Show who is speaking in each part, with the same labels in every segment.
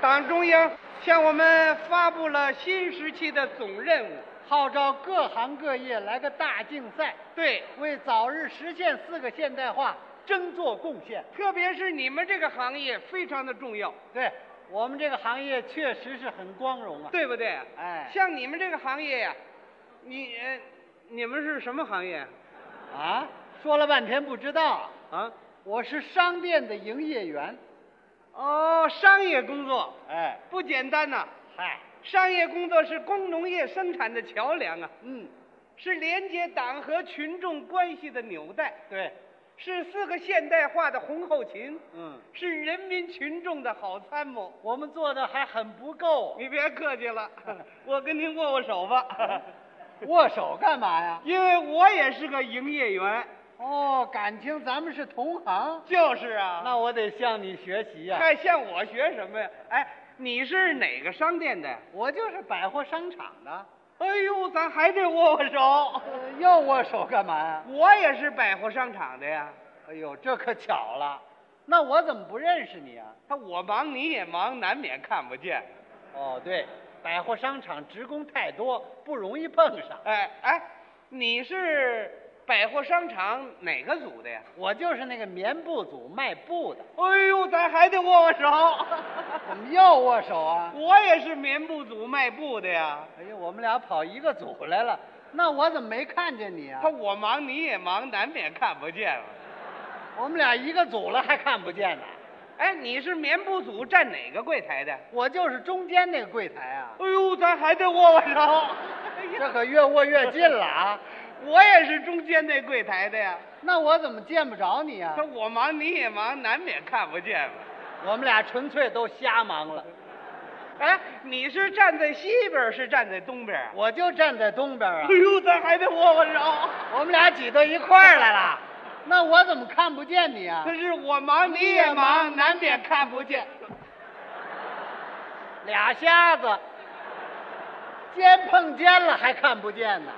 Speaker 1: 党中央向我们发布了新时期的总任务。
Speaker 2: 号召各行各业来个大竞赛，
Speaker 1: 对，
Speaker 2: 为早日实现四个现代化争做贡献。
Speaker 1: 特别是你们这个行业非常的重要，
Speaker 2: 对我们这个行业确实是很光荣啊。，
Speaker 1: 对不对？
Speaker 2: 哎，
Speaker 1: 像你们这个行业呀，你呃你们是什么行业
Speaker 2: 啊，说了半天不知道啊，
Speaker 1: 啊？
Speaker 2: 我是商店的营业员。
Speaker 1: 哦，商业工作
Speaker 2: 哎，
Speaker 1: 不简单呐、
Speaker 2: 嗨，
Speaker 1: 商业工作是工农业生产的桥梁啊，
Speaker 2: 嗯，
Speaker 1: 是连接党和群众关系的纽带，
Speaker 2: 对，
Speaker 1: 是四个现代化的红后勤，
Speaker 2: 嗯，
Speaker 1: 是人民群众的好参谋。
Speaker 2: 我们做的还很不够啊。
Speaker 1: 你别客气了，我跟您握握手吧，
Speaker 2: 握手干嘛呀？
Speaker 1: 因为我也是个营业员。
Speaker 2: 哦，感情咱们是同行，
Speaker 1: 就是啊，
Speaker 2: 那我得向你学习呀、
Speaker 1: 还向我学什么呀？哎，你是哪个商店的呀？
Speaker 2: 我就是百货商场的，
Speaker 1: 哎呦，咱还得握握手。
Speaker 2: 呃要握手干嘛呀？
Speaker 1: 我也是百货商场的呀。
Speaker 2: 哎呦，这可巧了，那我怎么不认识你啊？
Speaker 1: 他我忙你也忙，难免看不见。
Speaker 2: 哦，对，百货商场职工太多，不容易碰上。
Speaker 1: 哎哎，你是百货商场哪个组的呀？
Speaker 2: 我就是那个棉布组卖布的，
Speaker 1: 哎呦，咱还得握握手。
Speaker 2: 怎么又握手啊？
Speaker 1: 我也是棉布组卖布的呀。
Speaker 2: 哎呦，我们俩跑一个组来了，那我怎么没看见你啊
Speaker 1: 他？我忙你也忙，难免看不见了。
Speaker 2: 我们俩一个组了还看不见呢？
Speaker 1: 哎，你是棉布组站哪个柜台的？
Speaker 2: 我就是中间那个柜台啊，
Speaker 1: 哎呦，咱还得握握手。哎呀
Speaker 2: 这可越握越近了 啊。
Speaker 1: 我也是中间那柜台的呀。
Speaker 2: 那我怎么见不着你啊
Speaker 1: 他？我忙你也忙，难免看不见嘛。
Speaker 2: 我们俩纯粹都瞎忙了。
Speaker 1: 哎，你是站在西边儿，是站在东边儿啊？
Speaker 2: 我就站在东边啊
Speaker 1: 哎。呦，咱还得握握手。
Speaker 2: 我们俩挤到一块儿来了，那我怎么看不见你啊
Speaker 1: 可？是我忙你也忙，难免看不见。
Speaker 2: 俩瞎子，肩碰肩了还看不见呢？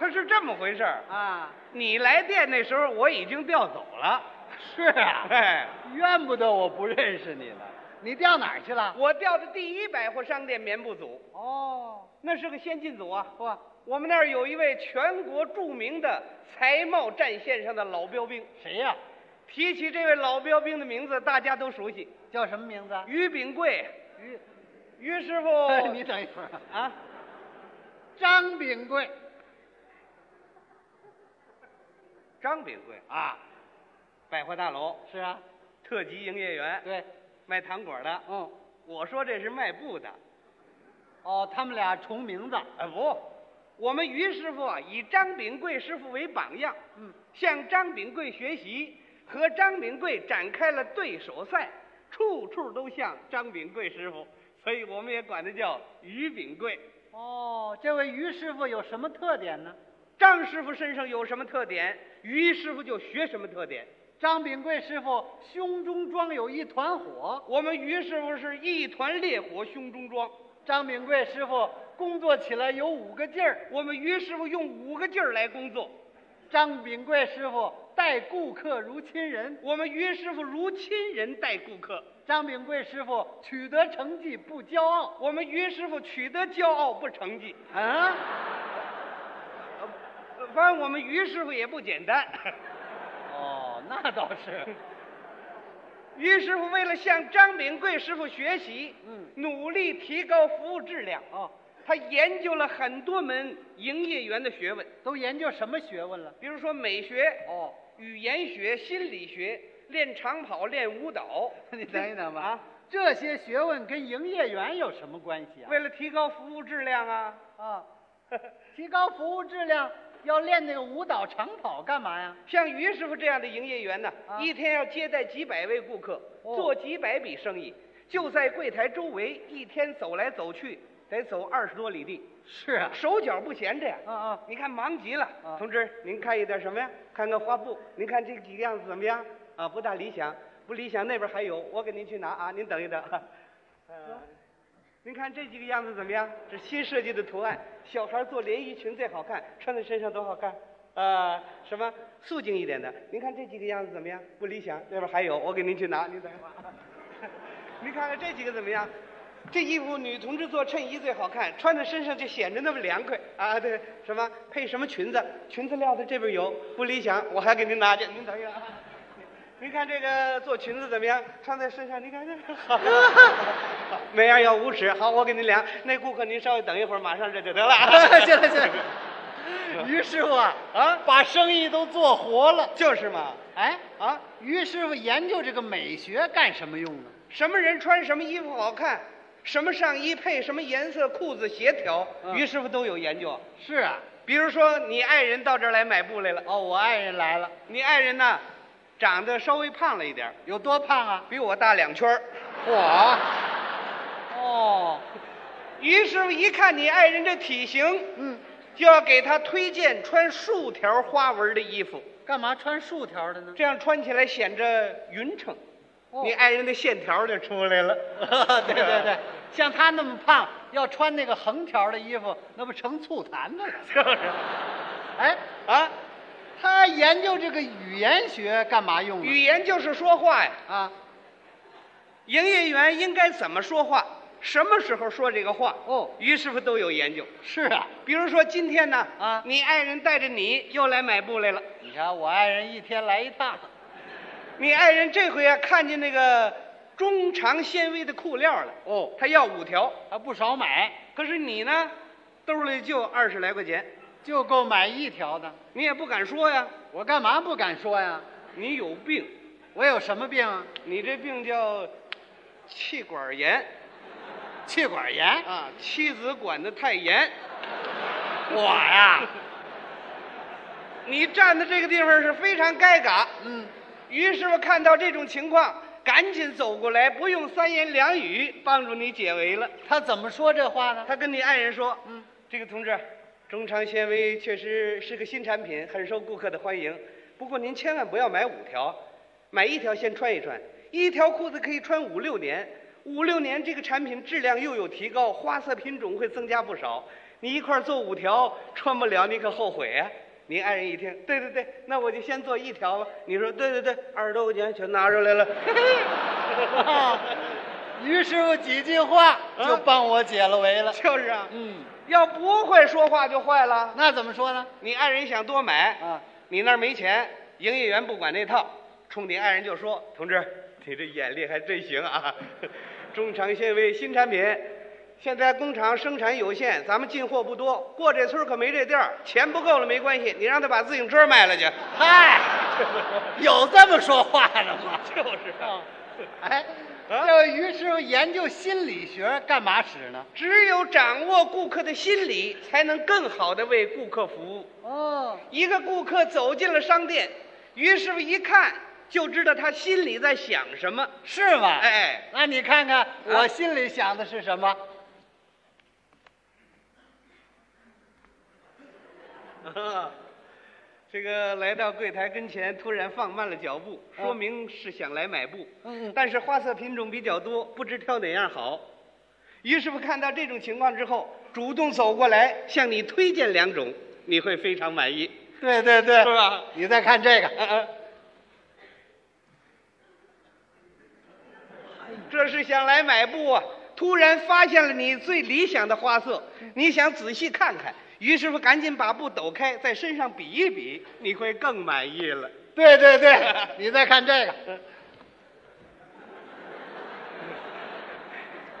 Speaker 1: 他是这么回事儿。
Speaker 2: 啊，
Speaker 1: 你来电那时候，我已经调走 了。
Speaker 2: 是啊，
Speaker 1: 哎，
Speaker 2: 怨不得我不认识你了。你调哪儿去了？
Speaker 1: 我调的第一百货商店棉布组，
Speaker 2: 哦，
Speaker 1: 那是个先进组啊。
Speaker 2: 嚯，
Speaker 1: 我们那儿有一位全国著名的才貌战线上的老标兵。
Speaker 2: 谁呀、
Speaker 1: 提起这位老标兵的名字，大家都熟悉，
Speaker 2: 叫什么名字？
Speaker 1: 于炳贵。
Speaker 2: 于，
Speaker 1: 于师
Speaker 2: 你
Speaker 1: 傅，
Speaker 2: 等一会儿啊
Speaker 1: 啊，
Speaker 2: 张炳贵
Speaker 1: 张炳贵，
Speaker 2: 啊，
Speaker 1: 百货大楼
Speaker 2: 是啊，
Speaker 1: 特级营业员，
Speaker 2: 对，
Speaker 1: 卖糖果的。
Speaker 2: 嗯，
Speaker 1: 我说这是卖布的，
Speaker 2: 哦，他们俩重名字，
Speaker 1: 啊不，我们于师傅啊，以张炳贵师傅为榜样，
Speaker 2: 嗯，
Speaker 1: 向张炳贵学习，和张炳贵展开了对手赛，处处都像张炳贵师傅，所以我们也管他叫于炳贵。
Speaker 2: 哦，这位于师傅有什么特点呢？
Speaker 1: 张师傅身上有什么特点，于师傅就学什么特点。
Speaker 2: 张炳贵师傅胸中装有一团火，
Speaker 1: 我们于师傅是一团烈火胸中装，
Speaker 2: 张炳贵师傅工作起来有五个劲儿，
Speaker 1: 我们于师傅用五个劲儿来工作，
Speaker 2: 张炳贵师傅待顾客如亲人，
Speaker 1: 我们于师傅如亲人待顾客，
Speaker 2: 张炳贵师傅取得成绩不骄傲。
Speaker 1: 我们于师傅取得骄傲不成绩。
Speaker 2: 啊？
Speaker 1: 呃反正我们于师傅也不简单，
Speaker 2: 哦，那倒是。
Speaker 1: 于师傅为了向张炳贵师傅学习，
Speaker 2: 嗯
Speaker 1: 努力提高服务质量，
Speaker 2: 哦，
Speaker 1: 他研究了很多门营业员的学问，
Speaker 2: 都研究什么学问了？
Speaker 1: 比如说美学、
Speaker 2: 哦，
Speaker 1: 语言学、心理学，练长跑、练舞蹈。
Speaker 2: 你等一等吧。
Speaker 1: 啊，
Speaker 2: 这些学问跟营业员有什么关系啊？
Speaker 1: 为了提高服务质量啊，
Speaker 2: 啊， 提高服务质量，要练那个舞蹈长跑干嘛呀？
Speaker 1: 像于师傅这样的营业员呢，
Speaker 2: 啊
Speaker 1: 一天要接待几百位顾客，
Speaker 2: 哦
Speaker 1: 做几百笔生意，就在柜台周围一天走来走去，得走二十多里地，
Speaker 2: 是啊。
Speaker 1: 手脚不闲着呀。
Speaker 2: 啊 啊。
Speaker 1: 你看忙极了，
Speaker 2: 啊
Speaker 1: 同志，您看一点什么呀？看看花布，您看这几个样子怎么样？啊，不大理想，不理想，那边还有，我给您去拿啊，您等一等。 呃您看这几个样子怎么样？这新设计的图案，小孩做连衣裙最好看，穿在身上多好看。呃，什么素净一点的？您看这几个样子怎么样？不理想，那边还有，我给您去拿，您等一会儿啊。您看看这几个怎么样？这衣服女同志做衬衣最好看，穿在身上就显得那么凉快啊！对，什么配什么裙子，裙子料子这边有，不理想，我还给您拿去。您等一下啊，您看这个做裙子怎么样？穿在身上，您看这好，好每样要五尺。好，我给您量。那顾客您稍微等一会儿，马上这就得了。
Speaker 2: 行了行了，于师傅啊，
Speaker 1: 啊，
Speaker 2: 把生意都做活了。
Speaker 1: 就是嘛，
Speaker 2: 哎，
Speaker 1: 啊，
Speaker 2: 于师傅研究这个美学干什么用呢？
Speaker 1: 什么人穿什么衣服好看，什么上衣配什么颜色裤子协调，
Speaker 2: 嗯
Speaker 1: 于师傅都有研究。
Speaker 2: 是啊，
Speaker 1: 比如说，你爱人到这儿来买布来了，
Speaker 2: 哦，我爱人来了，
Speaker 1: 你爱人呢，长得稍微胖了一点儿，
Speaker 2: 有多胖啊？
Speaker 1: 比我大两圈儿
Speaker 2: 我，哦，
Speaker 1: 于师傅一看你爱人这体型，
Speaker 2: 嗯，
Speaker 1: 就要给他推荐穿竖条花纹的衣服，
Speaker 2: 干嘛穿竖条的呢？
Speaker 1: 这样穿起来显着匀称。
Speaker 2: 哦。
Speaker 1: 你爱人的线条就出来了
Speaker 2: 对对 对，像他那么胖，要穿那个横条的衣服，那不成醋坛子了？
Speaker 1: 对，就是
Speaker 2: 哎，
Speaker 1: 啊，
Speaker 2: 他研究这个语言学干嘛用 呢？
Speaker 1: 语言就是说话呀。
Speaker 2: 啊，
Speaker 1: 营业员应该怎么说话，什么时候说这个话，
Speaker 2: 哦，
Speaker 1: 于师傅都有研究。
Speaker 2: 是啊，
Speaker 1: 比如说今天呢，
Speaker 2: 啊
Speaker 1: 你爱人带着你又来买布来了。
Speaker 2: 你瞧我爱人一天来一趟，
Speaker 1: 你爱人这回啊，看见那个中长纤维的裤料了，
Speaker 2: 哦，
Speaker 1: 他要五条。
Speaker 2: 还不少买，
Speaker 1: 可是你呢，兜里就二十来块钱，
Speaker 2: 就够买一条的。
Speaker 1: 你也不敢说呀，
Speaker 2: 我干嘛不敢说呀？
Speaker 1: 你有病，
Speaker 2: 我有什么病啊？
Speaker 1: 你这病叫气管炎
Speaker 2: 气管炎。
Speaker 1: 啊，妻子管得太严。
Speaker 2: 我 呀，
Speaker 1: 你站的这个地方是非常尴尬。
Speaker 2: 嗯，
Speaker 1: 于师傅看到这种情况，赶紧走过来，不用三言两语帮助你解围了。
Speaker 2: 他怎么说这话呢？
Speaker 1: 他跟你爱人说：“
Speaker 2: 嗯，
Speaker 1: 这个同志，中长纤维确实是个新产品，很受顾客的欢迎。不过您千万不要买五条，买一条先穿一穿。一条裤子可以穿五六年，五六年这个产品质量又有提高，花色品种会增加不少。你一块儿做五条，穿不了你可后悔啊。”您爱人一听，对对对，那我就先做一条吧。你说对对对，二十多块钱全拿出来了。啊
Speaker 2: 于师傅几句话就帮我解了围了。
Speaker 1: 就是啊，
Speaker 2: 嗯，
Speaker 1: 要不会说话就坏了。
Speaker 2: 那怎么说呢？
Speaker 1: 你爱人想多买，
Speaker 2: 啊，
Speaker 1: 你那儿没钱，营业员不管那套，冲你爱人就说：“同志，你这眼力还真行啊！ 中长纤维新产品，现在工厂生产有限，咱们进货不多，过这村儿可没这店儿，钱不够了没关系，你让他把自行车卖了去。
Speaker 2: 嗨，有这么说话的吗？”
Speaker 1: 就是
Speaker 2: 啊， 哎，
Speaker 1: 哦啊
Speaker 2: 这于师傅研究心理学干嘛使呢？
Speaker 1: 只有掌握顾客的心理，才能更好的为顾客服务。
Speaker 2: 哦，
Speaker 1: 一个顾客走进了商店，于师傅一看就知道他心里在想什么。
Speaker 2: 是吗？，
Speaker 1: 哎，
Speaker 2: 那你看看我
Speaker 1: 啊
Speaker 2: 心里想的是什么？
Speaker 1: 这个来到柜台跟前，突然放慢了脚步，
Speaker 2: 啊
Speaker 1: 说明是想来买布。
Speaker 2: 嗯嗯
Speaker 1: 但是花色品种比较多，不知挑哪样好。于师傅看到这种情况之后，主动走过来向你推荐两种，你会非常满意，
Speaker 2: 对对对
Speaker 1: 是，吧？
Speaker 2: 你再看这个，
Speaker 1: 啊啊！这是想来买布啊，突然发现了你最理想的花色，你想仔细看看，于师傅赶紧把布抖开，在身上比一比，你会更满意了。
Speaker 2: 对对对，
Speaker 1: 嗯
Speaker 2: 你再看这个，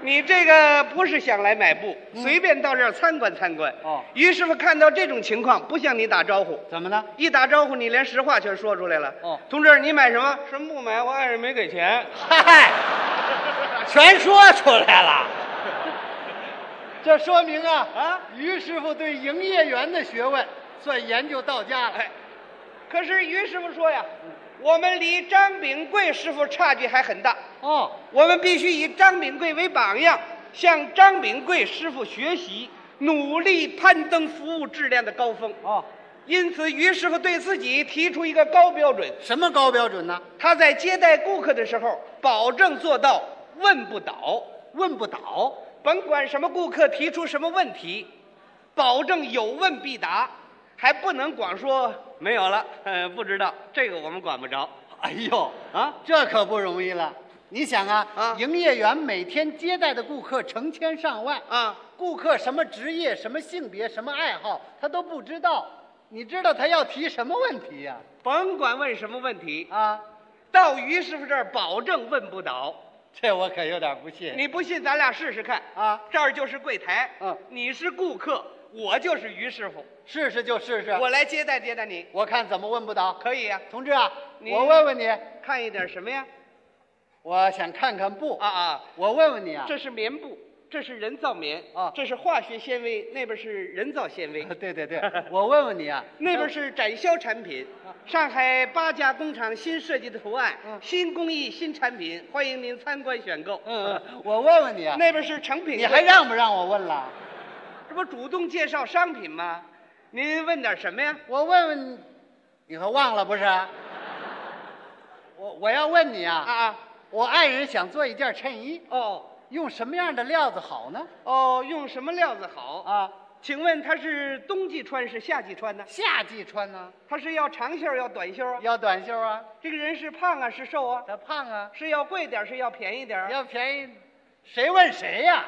Speaker 1: 你这个不是想来买布，随便到这儿参观参观。
Speaker 2: 哦
Speaker 1: 于师傅看到这种情况，不向你打招呼，
Speaker 2: 怎么呢？
Speaker 1: 一打招呼你连实话全说出来了。
Speaker 2: 哦
Speaker 1: 同志，你买什么？什么不买？我爱人没给钱。
Speaker 2: 嗨，全说出来 了。这说明啊
Speaker 1: 啊，
Speaker 2: 于师傅对营业员的学问算研究到家了。
Speaker 1: 哎，可是于师傅说呀，我们离张炳贵师傅差距还很大，
Speaker 2: 哦，
Speaker 1: 我们必须以张炳贵为榜样，向张炳贵师傅学习，努力攀登服务质量的高峰。
Speaker 2: 哦，
Speaker 1: 因此，于师傅对自己提出一个高标准。
Speaker 2: 什么高标准呢？
Speaker 1: 他在接待顾客的时候，保证做到问不倒，
Speaker 2: 问不倒。
Speaker 1: 甭管什么顾客提出什么问题，保证有问必答，还不能光说没 有了，呃，不知道，这个我们管不着
Speaker 2: 哎呦，
Speaker 1: 啊。
Speaker 2: 这可不容易了。你想啊，
Speaker 1: 啊
Speaker 2: 营业员每天接待的顾客成千上万，
Speaker 1: 啊，
Speaker 2: 顾客什么职业、什么性别、什么爱好，他都不知道。你知道他要提什么问题呀、
Speaker 1: 甭管问什么问题，
Speaker 2: 啊？
Speaker 1: 到于师傅这儿保证问不倒。
Speaker 2: 这我可有点不信。
Speaker 1: 你不信，咱俩试试看
Speaker 2: 啊
Speaker 1: 这儿就是柜台，
Speaker 2: 嗯
Speaker 1: 你是顾客，我就是于师傅，
Speaker 2: 试试就试试，
Speaker 1: 我来接待接待你，
Speaker 2: 我看怎么问不倒。
Speaker 1: 可以呀、
Speaker 2: 同志啊，
Speaker 1: 你
Speaker 2: 我问问你，
Speaker 1: 看一点什么呀？
Speaker 2: 我想看看布
Speaker 1: 啊，啊，
Speaker 2: 我问问你啊，
Speaker 1: 这是棉布，这是人造棉
Speaker 2: 啊
Speaker 1: 这是化学纤维，那边是人造纤 维，
Speaker 2: 对对对，我问问你啊，
Speaker 1: 那边是展销产品。上海八家工厂新设计的图案，
Speaker 2: 嗯
Speaker 1: 新工艺、新产品，欢迎您参观选购。
Speaker 2: 嗯，嗯，我问问你啊，
Speaker 1: 那边是成品，
Speaker 2: 你还让不让我问了？
Speaker 1: 这不主动介绍商品吗？您问点什么呀？
Speaker 2: 我问问你，你还忘了不是？我我要问你
Speaker 1: 啊
Speaker 2: 啊，
Speaker 1: 啊，
Speaker 2: 我爱人想做一件衬衣，
Speaker 1: 哦
Speaker 2: 用什么样的料子好呢？
Speaker 1: 哦，用什么料子好？
Speaker 2: 啊，
Speaker 1: 请问他是冬季穿是夏季穿呢？
Speaker 2: 夏季穿呢、
Speaker 1: 他是要长袖儿要短袖儿啊？
Speaker 2: 要短袖啊，
Speaker 1: 这个人是胖啊是瘦啊？
Speaker 2: 他胖啊，
Speaker 1: 是要贵点儿是要便宜点儿啊？
Speaker 2: 要便宜，谁问谁呀、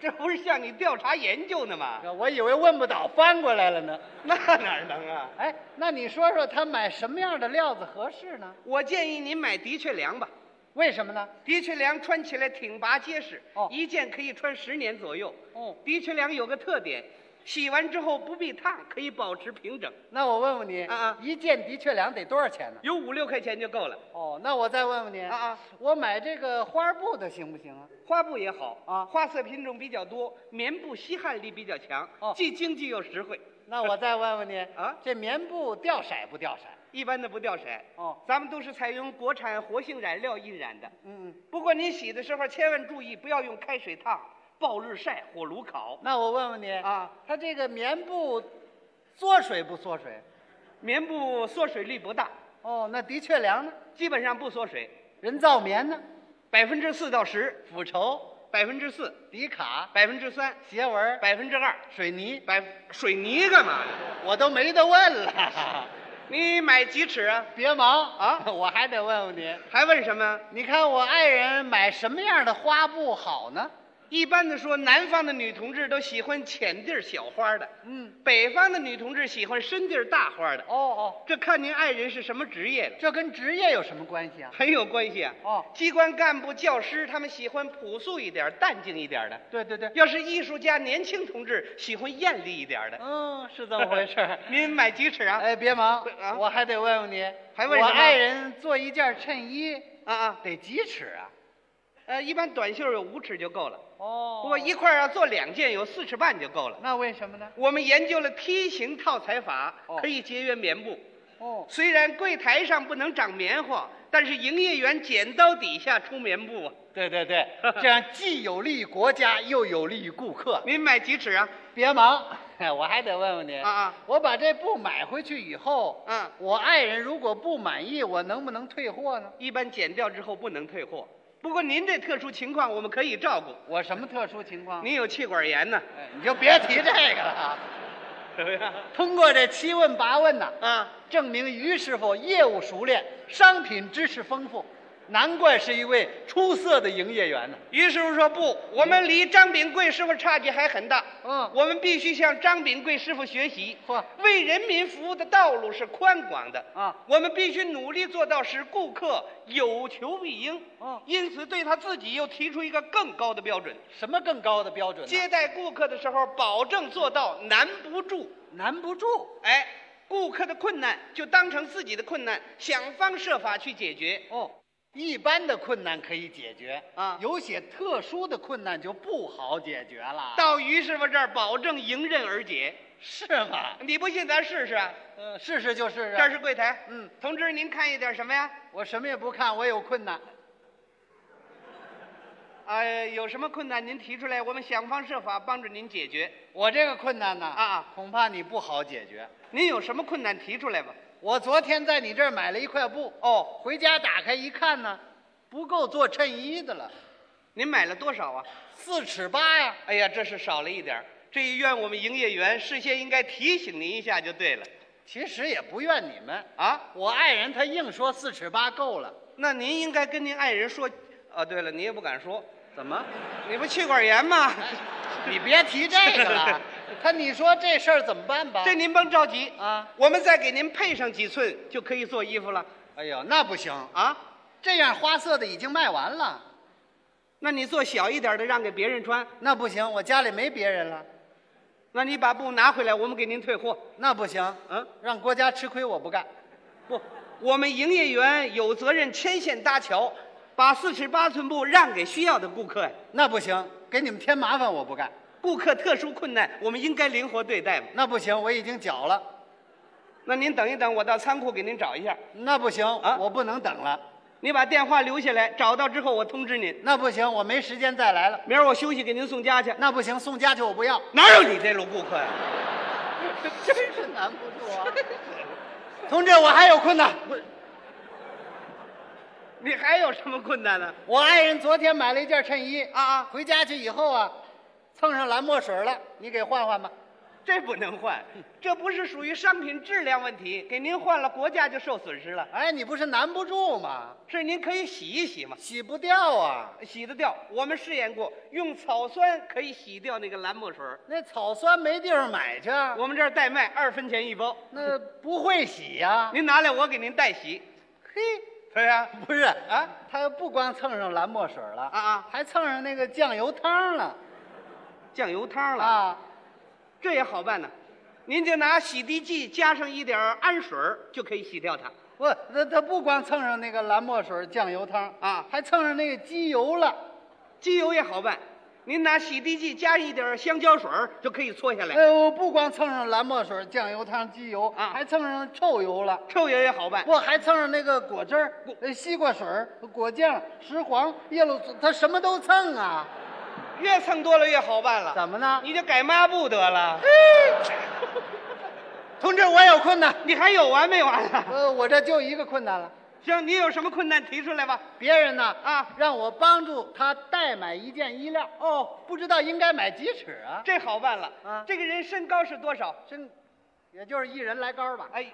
Speaker 1: 这不是向你调查研究呢 吗？
Speaker 2: 我以为问不倒，翻过来了呢。
Speaker 1: 那哪儿能啊？
Speaker 2: 哎，那你说说他买什么样的料子合适呢？
Speaker 1: 我建议您买的确良吧，
Speaker 2: 为什么呢？
Speaker 1: 的确良穿起来挺拔结实，
Speaker 2: 哦
Speaker 1: 一件可以穿十年左右。
Speaker 2: 哦，
Speaker 1: 的确良有个特点，洗完之后不必烫，可以保持平整，
Speaker 2: 那我问问你，
Speaker 1: 啊啊
Speaker 2: 一件的确良得多少钱呢？
Speaker 1: 有五六块钱就够了。
Speaker 2: 哦，那我再问问你，
Speaker 1: 啊啊，
Speaker 2: 我买这个花布的行不行啊？
Speaker 1: 花布也好
Speaker 2: 啊
Speaker 1: 花色品种比较多，棉布吸汗力比较强，
Speaker 2: 哦
Speaker 1: 既经济又实惠。
Speaker 2: 那我再问问你，
Speaker 1: 啊
Speaker 2: 这棉布掉色不掉色？
Speaker 1: 一般的不掉色。
Speaker 2: 哦
Speaker 1: 咱们都是采用国产活性染料印染的。
Speaker 2: 嗯，嗯。
Speaker 1: 不过您洗的时候千万注意，不要用开水烫、暴日晒、火炉烤。
Speaker 2: 那我问问你
Speaker 1: 啊，
Speaker 2: 它这个棉布缩水不缩水？
Speaker 1: 棉布缩水率不大，
Speaker 2: 哦，那的确良呢？
Speaker 1: 基本上不缩水，
Speaker 2: 人造棉呢？
Speaker 1: 百分之四到十，
Speaker 2: 俯绸、
Speaker 1: 百分之四、
Speaker 2: 底卡、
Speaker 1: 百分之三、
Speaker 2: 斜纹、
Speaker 1: 百分之二，
Speaker 2: 水泥，
Speaker 1: 百水泥干嘛呢？
Speaker 2: 我都没得问了。
Speaker 1: 你买几尺啊？
Speaker 2: 别忙
Speaker 1: 啊
Speaker 2: 我还得问问你，
Speaker 1: 还问什么？
Speaker 2: 你看我爱人买什么样的花布好呢？
Speaker 1: 一般的说，南方的女同志都喜欢浅地儿小花的，
Speaker 2: 嗯，
Speaker 1: 北方的女同志喜欢深地儿大花的。
Speaker 2: 哦哦，
Speaker 1: 这看您爱人是什么职业了。
Speaker 2: 这跟职业有什么关系啊？
Speaker 1: 很有关系啊。
Speaker 2: 哦
Speaker 1: 机关干部、教师他们喜欢朴素一点、淡静一点的；
Speaker 2: 对对对，
Speaker 1: 要是艺术家、年轻同志喜欢艳丽一点的。。
Speaker 2: 嗯，是这么回事儿
Speaker 1: 您买几尺啊？
Speaker 2: 哎，别忙
Speaker 1: 啊，
Speaker 2: 我还得问问你，
Speaker 1: 还问
Speaker 2: 我
Speaker 1: 什么
Speaker 2: 爱人做一件衬衣
Speaker 1: 啊啊，
Speaker 2: 得几尺啊？
Speaker 1: 呃，一般短袖有五尺就够了，
Speaker 2: 哦
Speaker 1: 不过一块儿要做两件，有四尺半就够了。
Speaker 2: 那为什么呢？
Speaker 1: 我们研究了梯形套裁法
Speaker 2: 哦，
Speaker 1: 可以节约棉布。
Speaker 2: 哦，
Speaker 1: 虽然柜台上不能长棉花，但是营业员剪刀底下出棉布啊。
Speaker 2: 对 对对，这样既有利于国家，又有利于顾客。
Speaker 1: 您买几尺啊？
Speaker 2: 别 忙，我还得问问你
Speaker 1: 啊啊，
Speaker 2: 我把这布买回去以后，
Speaker 1: 嗯
Speaker 2: 我爱人如果不满意，我能不能退货呢？
Speaker 1: 一般剪掉之后不能退货。不过您这特殊情况，我们可以照顾。
Speaker 2: 我什么特殊情况？
Speaker 1: 您有气管炎呢，
Speaker 2: 哎你就别提这个了。啊
Speaker 1: 怎么样？
Speaker 2: 通过这七问八问 呐，
Speaker 1: 啊，
Speaker 2: 证明于师傅业务熟练，商品知识丰富，难怪是一位出色的营业员呢。
Speaker 1: 于师傅说不，我们离张炳贵师傅差距还很大。
Speaker 2: 嗯
Speaker 1: 我们必须向张炳贵师傅学习。
Speaker 2: 嚯
Speaker 1: 为人民服务的道路是宽广的
Speaker 2: 啊
Speaker 1: 我们必须努力做到使顾客有求必应。
Speaker 2: 哦
Speaker 1: 因此对他自己又提出一个更高的标准：
Speaker 2: 什么更高的标准呢？
Speaker 1: 接待顾客的时候，保证做到难不住。
Speaker 2: 难不住。
Speaker 1: 哎，顾客的困难就当成自己的困难，想方设法去解决。
Speaker 2: 哦，一般的困难可以解决
Speaker 1: 啊
Speaker 2: 有些特殊的困难就不好解决了，
Speaker 1: 到于师傅这儿，保证迎刃而解。
Speaker 2: 是吗？
Speaker 1: 你不信，咱试试啊。
Speaker 2: 嗯，试试就试试。
Speaker 1: 这儿是柜台，
Speaker 2: 嗯，
Speaker 1: 同志，您看一点什么呀？
Speaker 2: 我什么也不看，我有困难。
Speaker 1: 啊、有什么困难您提出来，我们想方设法帮助您解决。
Speaker 2: 我这个困难呢，
Speaker 1: 啊
Speaker 2: 恐怕你不好解决。
Speaker 1: 您有什么困难提出来吧。
Speaker 2: 我昨天在你这儿买了一块布，
Speaker 1: 哦，
Speaker 2: 回家打开一看呢，不够做衬衣的了，
Speaker 1: 您买了多少啊？
Speaker 2: 四尺八呀。
Speaker 1: 哎呀，这是少了一点儿这一怨我们营业员事先应该提醒您一下就对了。
Speaker 2: 其实也不怨你们，
Speaker 1: 啊，
Speaker 2: 我爱人她硬说四尺八够了，
Speaker 1: 那您应该跟您爱人说，啊，对了，你也不敢说，
Speaker 2: 怎么？
Speaker 1: 你不气管炎 吗？
Speaker 2: 你别提这 个了。他你说这事儿怎么办吧？
Speaker 1: 这您甭着急
Speaker 2: 啊，
Speaker 1: 我们再给您配上几寸就可以做衣服了
Speaker 2: 哎呦，那不行，
Speaker 1: 啊。
Speaker 2: 这样花色的已经卖完了，
Speaker 1: 那你做小一点的让给别人穿，
Speaker 2: 那不行，我家里没别人了，
Speaker 1: 那你把布拿回来，我们给您退货。
Speaker 2: 那不行，
Speaker 1: 嗯，
Speaker 2: 让国家吃亏我不干。
Speaker 1: 不，我们营业员有责任牵线搭桥，把四尺八寸布让给需要的顾客呀。
Speaker 2: 那不行，给你们添麻烦我不干。
Speaker 1: 顾客特殊困难，我们应该灵活对待嘛。
Speaker 2: 那不行，我已经缴了。
Speaker 1: 那您等一等，我到仓库给您找一下。
Speaker 2: 那不行，
Speaker 1: 啊
Speaker 2: 我不能等了。
Speaker 1: 你把电话留下来，找到之后我通知您。
Speaker 2: 那不行，我没时间再来了。
Speaker 1: 明儿我休息给您送家去。
Speaker 2: 那不行，送家去我不要。
Speaker 1: 哪有你这种顾客呀、
Speaker 2: 真是难不住啊！同志，我还有困难。
Speaker 1: 你还有什么困难呢、
Speaker 2: 我爱人昨天买了一件衬衣
Speaker 1: 啊啊
Speaker 2: 回家去以后啊，蹭上蓝墨水了，你给换换吧。
Speaker 1: 这不能换，这不是属于商品质量问题，给您换了，国家就受损失了。
Speaker 2: 哎，你不是难不住吗？
Speaker 1: 是您可以洗一洗嘛，
Speaker 2: 洗不掉啊！
Speaker 1: 洗得掉。我们试验过，用草酸可以洗掉那个蓝墨水儿。
Speaker 2: 那草酸没地方买去，
Speaker 1: 我们这儿代卖，二分钱一包。
Speaker 2: 那不会洗呀、
Speaker 1: 您拿来，我给您代洗。
Speaker 2: 嘿，
Speaker 1: 对呀、
Speaker 2: 不是
Speaker 1: 啊，
Speaker 2: 他不光蹭上蓝墨水了
Speaker 1: 啊啊
Speaker 2: 还蹭上那个酱油汤了
Speaker 1: 酱油汤了，
Speaker 2: 啊！
Speaker 1: 这也好办呢。您就拿洗涤剂加上一点儿氨水儿就可以洗掉它。
Speaker 2: 不，他他不光蹭上那个蓝墨水、酱油汤
Speaker 1: 啊
Speaker 2: 还蹭上那个机油了。
Speaker 1: 机油也好办，您拿洗涤剂加一点儿香蕉水儿就可以搓下来。
Speaker 2: 哎，我不光蹭上蓝墨水、酱油汤、机油，
Speaker 1: 啊
Speaker 2: 还蹭上臭油了，
Speaker 1: 臭油也好办，
Speaker 2: 不还蹭上那个果汁儿、呃西瓜水儿、果酱、石黄、叶露子，他什么都蹭啊？
Speaker 1: 越蹭多了越好办了。
Speaker 2: 怎么哎呢？
Speaker 1: 你就改抹布得了。
Speaker 2: 同志，我有困难，
Speaker 1: 你还有完没完啊？
Speaker 2: 呃，我这就一个困难了，
Speaker 1: 行，你有什么困难提出来吧。
Speaker 2: 别人呢
Speaker 1: 啊
Speaker 2: 让我帮助他代买一件衣料，哦，不知道应该买几尺啊？
Speaker 1: 这好办了
Speaker 2: 啊
Speaker 1: 这个人身高是多少？
Speaker 2: 真，也就是一人来高吧。
Speaker 1: 哎，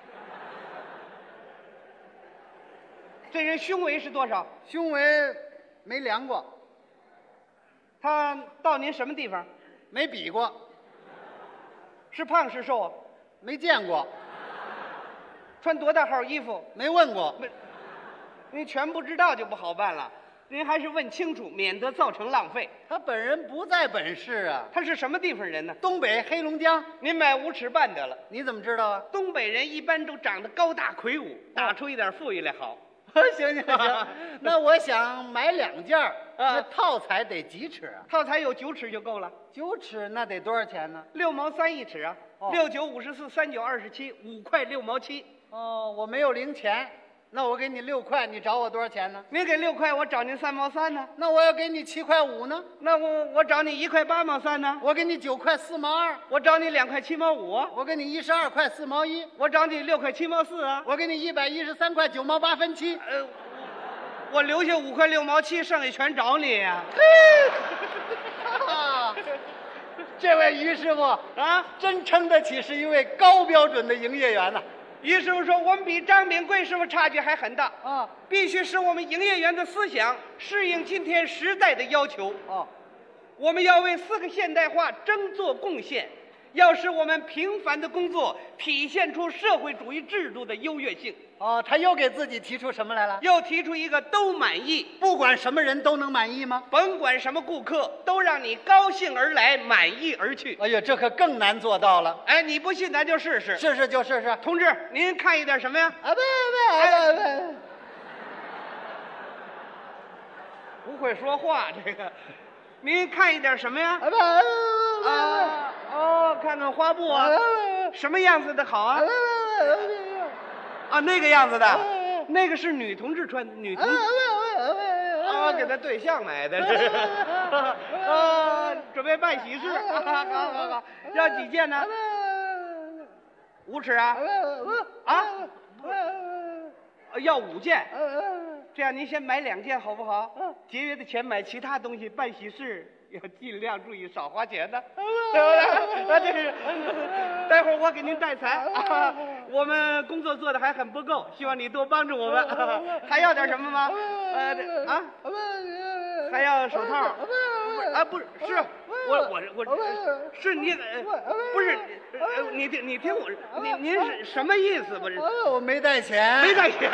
Speaker 1: 这人胸围是多少？
Speaker 2: 胸围没量过，
Speaker 1: 他到您什么地方？
Speaker 2: 没比过，
Speaker 1: 是胖是瘦啊？
Speaker 2: 没见过，
Speaker 1: 穿多大号衣服？
Speaker 2: 没问过。
Speaker 1: 您全不知道就不好办了。您还是问清楚，免得造成浪费。
Speaker 2: 他本人不在本市啊，
Speaker 1: 他是什么地方人呢？
Speaker 2: 东北黑龙江，
Speaker 1: 您买五尺半得了。
Speaker 2: 你怎么知道啊？
Speaker 1: 东北人一般都长得高大魁梧，
Speaker 2: 哦
Speaker 1: 打出一点富裕来好。
Speaker 2: 行行行，那我想买两件 儿，那套材得几尺啊？
Speaker 1: 套材有九尺就够了，
Speaker 2: 九尺那得多少钱呢？
Speaker 1: 六毛三一尺啊，
Speaker 2: 哦
Speaker 1: 六九五十四，三九二十七，五块六毛七。
Speaker 2: 哦，我没有零钱，那我给你六块，你找我多少钱呢？
Speaker 1: 您给六块，我找您三毛三呢、
Speaker 2: 那我要给你七块五呢？
Speaker 1: 那我我找你一块八毛三呢、
Speaker 2: 我给你九块四毛二，
Speaker 1: 我找你两块七毛五啊，
Speaker 2: 我给你一十二块四毛一，
Speaker 1: 我找你六块七毛四啊。
Speaker 2: 我给你一百一十三块九毛八分七。
Speaker 1: 呃，我我留下五块六毛七，剩下全找你呀、
Speaker 2: 啊这位于师傅
Speaker 1: 啊。
Speaker 2: 真称得起是一位高标准的营业员呐、
Speaker 1: 于师傅说，我们比张炳贵师傅差距还很大，
Speaker 2: 啊
Speaker 1: 必须使我们营业员的思想适应今天时代的要求。
Speaker 2: 哦，
Speaker 1: 我们要为四个现代化争做贡献，要使我们平凡的工作体现出社会主义制度的优越性。
Speaker 2: 哦，他又给自己提出什么来了？
Speaker 1: 要提出一个都满意，
Speaker 2: 不管什么人都能满意吗？
Speaker 1: 甭管什么顾客，都让你高兴而来，满意而去。
Speaker 2: 哎呀，这可更难做到了。
Speaker 1: 哎，你不信，咱就试试。
Speaker 2: 试试就试试。啊
Speaker 1: 同志，您看一点什么呀？
Speaker 2: 不不不
Speaker 1: 不会说话，这个。您看一点什么呀
Speaker 2: 不不？不不
Speaker 1: 啊，哦，看看花布啊，什么样子的好啊？啊，那个样子的，那个是女同志穿，女同志。啊，给他对象买的是，啊，准备办喜事，啊好好好好， 要几件呢？五尺啊，呃要五件，这样您先买两件好不好？节约的钱买其他东西，办喜事要尽量注意少 花钱呢。对不对？啊，这是，待会儿我给您带财啊， 我们工作做的还很不够，希望你多帮助我们。 还要点什么吗？
Speaker 2: 嗯
Speaker 1: 呃，这啊，还要手套？啊，不是，是我我我，是你，呃不是，
Speaker 2: 嗯
Speaker 1: 呃你听你听我，您您是什么意思？不是，
Speaker 2: 我没带钱，
Speaker 1: 没带钱。